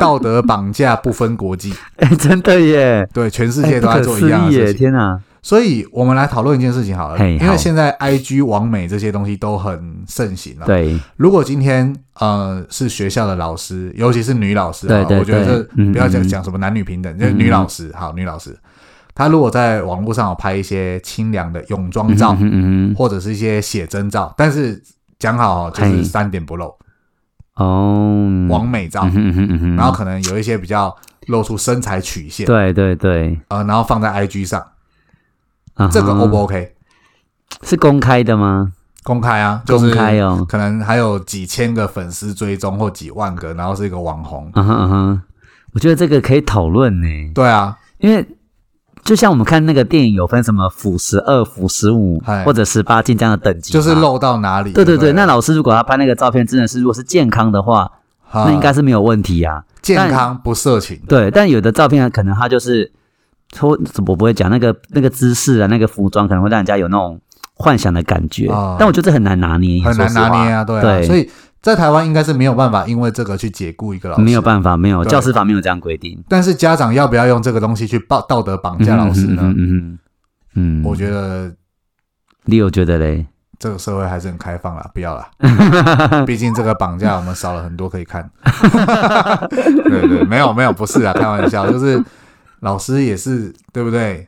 S1: 道德绑架不分国际，
S2: 哎，真的耶，哎
S1: 对，全世
S2: 世
S1: 界都在做一样的事情。
S2: 天哪，
S1: 所以我们来讨论一件事情好了，
S2: 嘿
S1: 因为
S2: 好
S1: 现在 IG 网美这些东西都很盛行了。，
S2: 对，
S1: 如果今天呃是学校的老师，尤其是女老师啊，
S2: 对对
S1: 我觉得
S2: 对
S1: 这
S2: 嗯
S1: 不要讲
S2: 嗯
S1: 讲什么男女平等，就是
S2: 嗯
S1: 女
S2: 嗯
S1: 老师，好，女老师，她如果在网络上有拍一些清凉的泳装照，
S2: 嗯嗯嗯，
S1: 或者是一些写真照，但是讲好哦，就是
S2: 嘿
S1: 三点不露，
S2: 哦，
S1: 完美照
S2: 嗯，哼嗯哼嗯哼，
S1: 然后可能有一些比较露出身材曲线，
S2: 对对对，
S1: 呃，然后放在 IG 上，
S2: 啊哈
S1: 这个 O 不 OK？
S2: 是公开的吗？
S1: 公开啊，就是
S2: 公开哦
S1: 可能还有几千个粉丝追踪或几万个，然后是一个网红，
S2: 啊哈啊哈，我觉得这个可以讨论呢，
S1: 对啊，
S2: 因为。就像我们看那个电影，有分什么腐十二、腐十五
S1: 嗨
S2: 或者十八禁这样的等级嘛，
S1: 就是露到哪里，
S2: 对对
S1: 对
S2: 对，
S1: 了
S2: 那老师如果他拍那个照片，真的是如果是健康的话，
S1: 啊
S2: 那应该是没有问题啊。
S1: 健康不色情，
S2: 对，但有的照片可能他就是，说我不会讲那个那个姿势啊，那个服装可能会让人家有那种幻想的感觉。
S1: 啊
S2: 但我觉得这很难拿捏，
S1: 很难拿捏
S2: 啊。
S1: 啊，对啊，
S2: 对
S1: 所以在台湾应该是没有办法因为这个去解雇一个老师，
S2: 没有办法，没有
S1: 对
S2: 教师法没有这样规定。
S1: 但是家长要不要用这个东西去报
S2: 嗯
S1: 道德绑架老师呢？
S2: 嗯嗯嗯嗯嗯嗯，
S1: 我觉得
S2: 你有觉得嘞？
S1: 这个社会还是很开放啦，不要啦。 毕竟这个绑架我们少了很多可以看。 对对，没有没有，不是啊，开玩笑，就是老师也是对不对？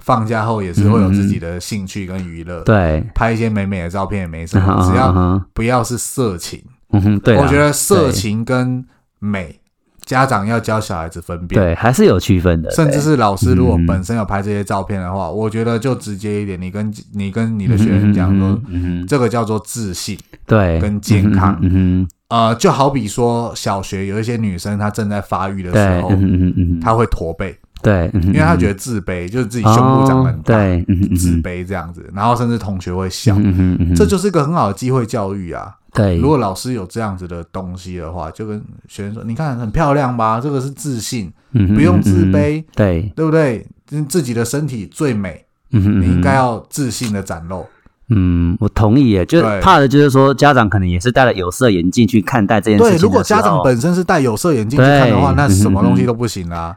S1: 放假后也是会有自己的兴趣跟娱乐，
S2: 嗯对，
S1: 拍一些美美的照片也没什
S2: 嗯哼
S1: 么，只
S2: 嗯
S1: 要
S2: 哼
S1: 不要是色情。
S2: 嗯哼，对啦，
S1: 我觉得色
S2: 对
S1: 情跟美，家长要教小孩子分辨。
S2: 对还是有区分的，
S1: 甚至
S2: 对
S1: 是老师如果
S2: 嗯
S1: 本身有拍这些照片的话，我觉得就直接一点，你跟你跟你的学生讲说，
S2: 嗯哼嗯哼嗯
S1: 这个叫做自信。
S2: 哼对，
S1: 跟健康
S2: 嗯哼嗯
S1: 呃，就好比说小学有一些女生她正在发育的
S2: 哼，对，
S1: 时
S2: 嗯
S1: 候，
S2: 哼嗯哼嗯哼，
S1: 她会驼背，
S2: 对，嗯因
S1: 因为她觉得自卑，就是自己胸部长得很大，
S2: 对，嗯哼嗯
S1: 自
S2: 哼
S1: 卑这样子，然后甚至同学会笑。
S2: 嗯哼嗯哼，
S1: 这就是一个很好的机会教育啊！
S2: 对，
S1: 如果老师有这样子的东西的话，就跟学生说：“你看很漂亮吧？这个是自信，
S2: 嗯哼
S1: 不用自，
S2: 嗯哼
S1: 卑，
S2: 对，
S1: 对不对？自己的身体最美，
S2: 嗯哼，嗯
S1: 你应
S2: 哼
S1: 该要自信的展露。
S2: 嗯，我同意耶，就是
S1: 对
S2: 怕的就是说家长可能也是戴了有色眼镜去看待这件事情
S1: 对，
S2: 的时候。
S1: 如果家长本身是戴有色眼镜去看的话，
S2: 对
S1: 那什么东西都不行啊啦、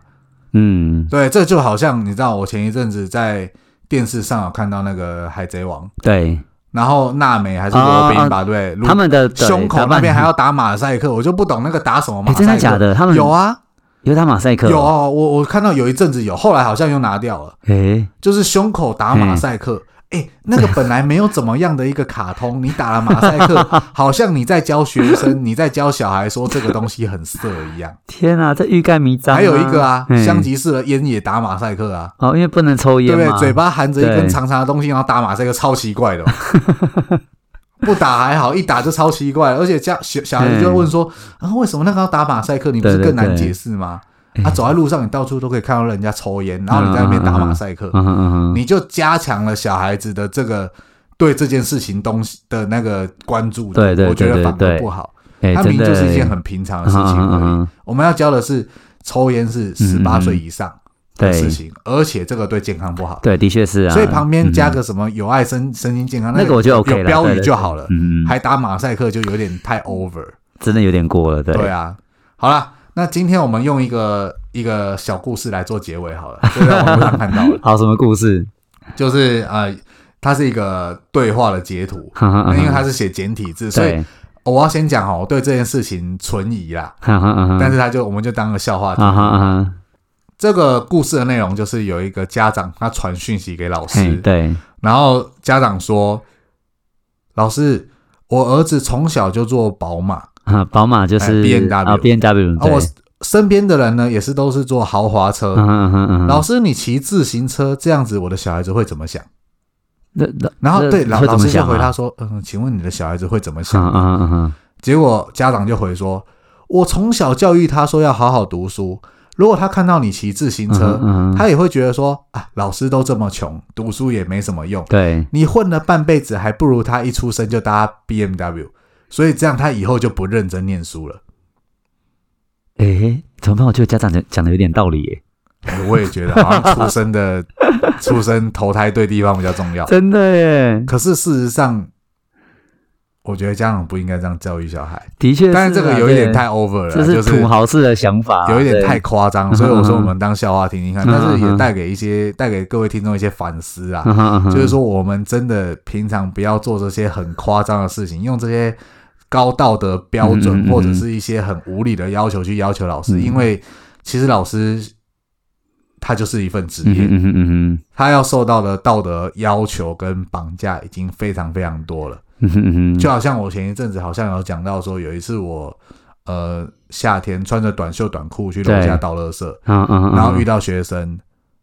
S2: 嗯，
S1: 对，这就好像你知道，我前一阵子在电视上有看到那个《海贼王》，
S2: 对，
S1: 然后娜美还是罗
S2: 啊
S1: 宾
S2: 啊
S1: 吧，对，
S2: 他们的对
S1: 胸口
S2: 他们
S1: 那边还要打马赛克，我就不懂那个打什么马
S2: 哎
S1: 赛克。
S2: 真的假？的？他们
S1: 有啊，
S2: 有打马赛克，
S1: 有哦，我我看到有一阵子有，后来好像又拿掉了，
S2: 哎，
S1: 就是胸口打
S2: 嗯
S1: 马赛克。哎，那个本来没有怎么样的一个卡通，你打了马赛克，好像你在教学生，你在教小孩说这个东西很色一样。
S2: 天啊，这欲盖弥彰啊。
S1: 还有一个啊，
S2: 嗯
S1: 香吉士的烟也打马赛克啊，
S2: 哦，因为不能抽
S1: 对
S2: 烟
S1: 不
S2: 嘛，
S1: 对？嘴巴含着一根
S2: 对
S1: 长长的东西，然后打马赛克，超奇怪的哦。 不打还好，一打就超奇怪，而且家小小孩子就会问说：“啊，为什么那个要打马赛克？你不是
S2: 对对
S1: 更难
S2: 对
S1: 解释吗？”啊，走在路上，你到处都可以看到人家抽烟，然后你在那边打马赛克，
S2: 嗯哼嗯哼，
S1: 你就加强了小孩子的这个对这件事情东西的那个关注度。
S2: 对对
S1: 我觉得
S2: 对
S1: 反
S2: 对
S1: 而不好，
S2: 哎，
S1: 它
S2: 真
S1: 明明
S2: 的
S1: 就是一件
S2: 耶
S1: 很平常的事情
S2: 嗯
S1: 而
S2: 哼嗯
S1: 已。
S2: 哼嗯哼
S1: 我们要教的是抽烟是十八岁以上的事
S2: 嗯对
S1: 情，而且这个嗯对健康不好。
S2: 对，的确是啊，
S1: 所以旁边加
S2: 嗯
S1: 个什么“有爱身身心健康”，
S2: 那个我就 OK
S1: 有
S2: 了
S1: 标
S2: 对
S1: 语
S2: 对
S1: 就好了，
S2: 嗯嗯，
S1: 还打马赛克就有点太 over。
S2: 真的有点过了，对
S1: 对啊，好啦，那今天我们用一个一个小故事来做结尾好了， 就在网络上看到 了，
S2: 好，什么故事？
S1: 就是呃，它是一个对话的截图，
S2: 哈哈
S1: 那因为它
S2: 是
S1: 是写简体字，所以我要先讲哦，我对这件事情存疑啦，
S2: 哈哈哈哈，
S1: 但是他就我们就当个笑话听
S2: 嗯啊哈啊哈，
S1: 这个故事的内容就是有一个家长他传讯息给老
S2: 嘿，
S1: 师，
S2: 对，
S1: 然后家长说：“老师，我儿子从小就坐宝马，
S2: 啊，宝马就
S1: 哎
S2: 是
S1: BMW
S2: 啊，B N W，
S1: 啊，我身边的人呢也是都是坐豪华车。
S2: 嗯哼嗯哼嗯哼，
S1: 老师，你骑自行车这样子，我的小孩子会怎么想？”
S2: 那那
S1: 然后
S2: 那
S1: 对老
S2: 会怎
S1: 老
S2: 么
S1: 师就
S2: 想
S1: 回
S2: 啊
S1: 他说：“嗯，请问你的小孩子会怎么
S2: 嗯
S1: 想？”
S2: 嗯嗯嗯，
S1: 结果家长就回说：“我从小教育他说要好好读书，如果他看到你骑自行车，
S2: 嗯嗯
S1: 他也会觉得说啊，老师都这么穷，读书也没什么用。”
S2: 对，
S1: 你混了半辈子，还不如他一出生就搭 BMW，所以这样他以后就不认真念书了。
S2: 诶，怎么办？我觉得家长讲讲的有点道理耶，
S1: 哎我也觉得，好像出生的出生投胎对地方比较重要。
S2: 真的耶，
S1: 可是事实上，我觉得家长不应该这样教育小孩。
S2: 的确啊，
S1: 但是这个有一点
S2: 对，
S1: 太 over 了，
S2: 这
S1: 就是
S2: 土豪式的想法啊，
S1: 有一点
S2: 对
S1: 太夸张了，所以我说我们当笑话听 听看，
S2: 嗯
S1: 但是也
S2: 嗯
S1: 带给一些带给各位听众一些反思 啊。
S2: 嗯哼嗯哼
S1: 就是说，我们真的平常不要做这些很夸张的事情，用这些高道德标
S2: 嗯嗯嗯
S1: 准
S2: 嗯
S1: 或者是一些很无理的要求去要求老师，
S2: 嗯
S1: 因为其实老师他就是一份职
S2: 嗯
S1: 业，
S2: 哼嗯哼嗯哼
S1: 他要受到的道德要求跟绑架已经非常非常多了。
S2: 嗯哼嗯哼，
S1: 就好像我前一阵子好像有讲到说，有一次我呃夏天穿着短袖短裤去楼下
S2: 对
S1: 倒垃圾，
S2: 嗯嗯，嗯
S1: 然后遇到学生，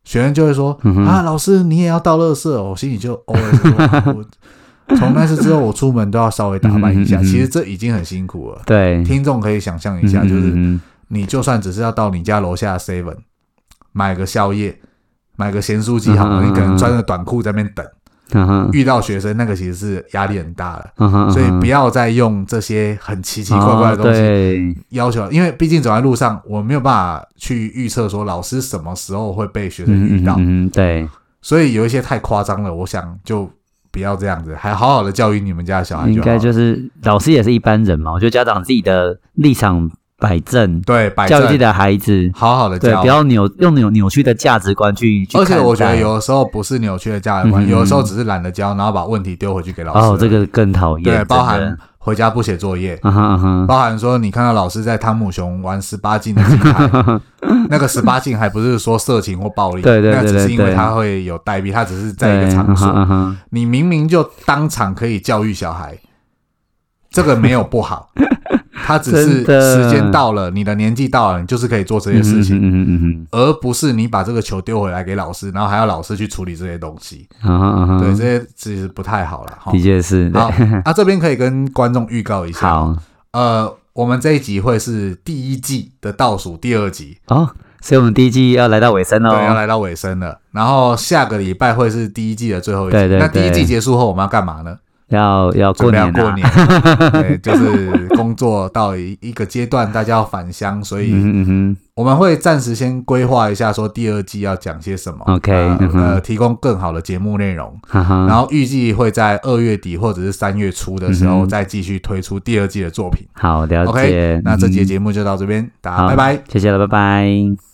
S1: 学生就会说、
S2: 嗯哼
S1: 啊，老师你也要倒垃圾哦、我心里就 OS 说，啊我从那次之后，我出门都要稍微打扮一下。
S2: 嗯哼嗯哼
S1: 其实这已经很辛苦了。
S2: 对，
S1: 听众可以想象一下，
S2: 嗯
S1: 就
S2: 嗯
S1: 是
S2: 嗯
S1: 你就算只是要到你家楼下 Seven 买个宵夜，买个咸酥鸡好了，
S2: 嗯哼
S1: 你可
S2: 嗯
S1: 能
S2: 哼
S1: 穿着短裤在那边等。
S2: 嗯哼
S1: 遇到学生，那个其实是压力很大的。
S2: 嗯哼，
S1: 所以不
S2: 要
S1: 要再用这些很奇奇怪怪的东西
S2: 对，
S1: 要求，因为毕竟走在路上，我没有办法去预测说老师什么时候会被学生
S2: 嗯
S1: 遇
S2: 嗯
S1: 到，啊
S2: 嗯，嗯对，
S1: 所以有一些太夸张了，我想就不要这样子，还好好的教育你们家的小孩
S2: 应
S1: 就好
S2: 该
S1: 了。
S2: 就是老师也是一般人嘛，我觉得家长自己的立场摆正，
S1: 对，摆
S2: 教育自己
S1: 正，
S2: 的孩子，
S1: 好好的
S2: 对，
S1: 教
S2: 不。要扭用扭扭曲的价值观去去
S1: 而且
S2: 看
S1: 我觉得
S2: 待
S1: 有的时候不是扭曲的价值观，
S2: 嗯
S1: 有的时候只是懒得教，然后把问题丢回去给老师了。
S2: 哦，这个更讨厌，
S1: 对，包
S2: 真
S1: 含
S2: 的
S1: 回家不写作业，
S2: 嗯哼嗯 哼，
S1: 包含说你看到老师在汤姆熊玩十八禁的心态， 那个十八禁还不是说色情或暴力，
S2: 对对
S1: 那
S2: 对
S1: 只是因为
S2: 对
S1: 他会有代币，他只是在一个
S2: 对
S1: 场
S2: 嗯哼
S1: 所，
S2: 嗯哼
S1: 你明明就当场可以教育小孩，这个没有不 好，他只是
S2: 真的
S1: 时间到了，你的年纪到了，你就是可以做这些
S2: 嗯
S1: 事
S2: 哼
S1: 情。
S2: 嗯哼嗯哼
S1: 而不是你把这个球丢回来给老师，然后还要老师去处理这些东西，
S2: 嗯哼嗯
S1: 对，
S2: 哼，
S1: 这些其实不太好了。哈
S2: 的确是，对
S1: 好，啊，这边可以跟观众预告一下，
S2: 好
S1: 呃，我们这一集会是第一季的倒数第二集，
S2: 哦，所以我们第一季要来到尾声喽，
S1: 对，要来到尾声了。然后下个礼拜会是第一季的最后一集。
S2: 对对
S1: 那第一季
S2: 对
S1: 结束后，我们要干嘛呢？
S2: 要要过
S1: 准备要
S2: 年啊
S1: 过
S2: 了，
S1: 年， 对，就是工作到一一个阶段，大家要返乡，所以
S2: 嗯哼嗯
S1: 我们会暂时先规划一下，说第二季要讲些什么。
S2: OK，
S1: 呃
S2: 嗯哼嗯
S1: 呃，提供更好的节目内容。
S2: 哼，哈
S1: 然
S2: 哈，
S1: 后预计会在二月底或者是三月初的时
S2: 嗯
S1: 候，
S2: 哼
S1: 再继续推出第二季的作品。
S2: 好了
S1: OK，
S2: 解，
S1: 那这
S2: 嗯
S1: 节节目就到这边，大家
S2: 好
S1: 拜拜。
S2: 谢谢了，拜拜。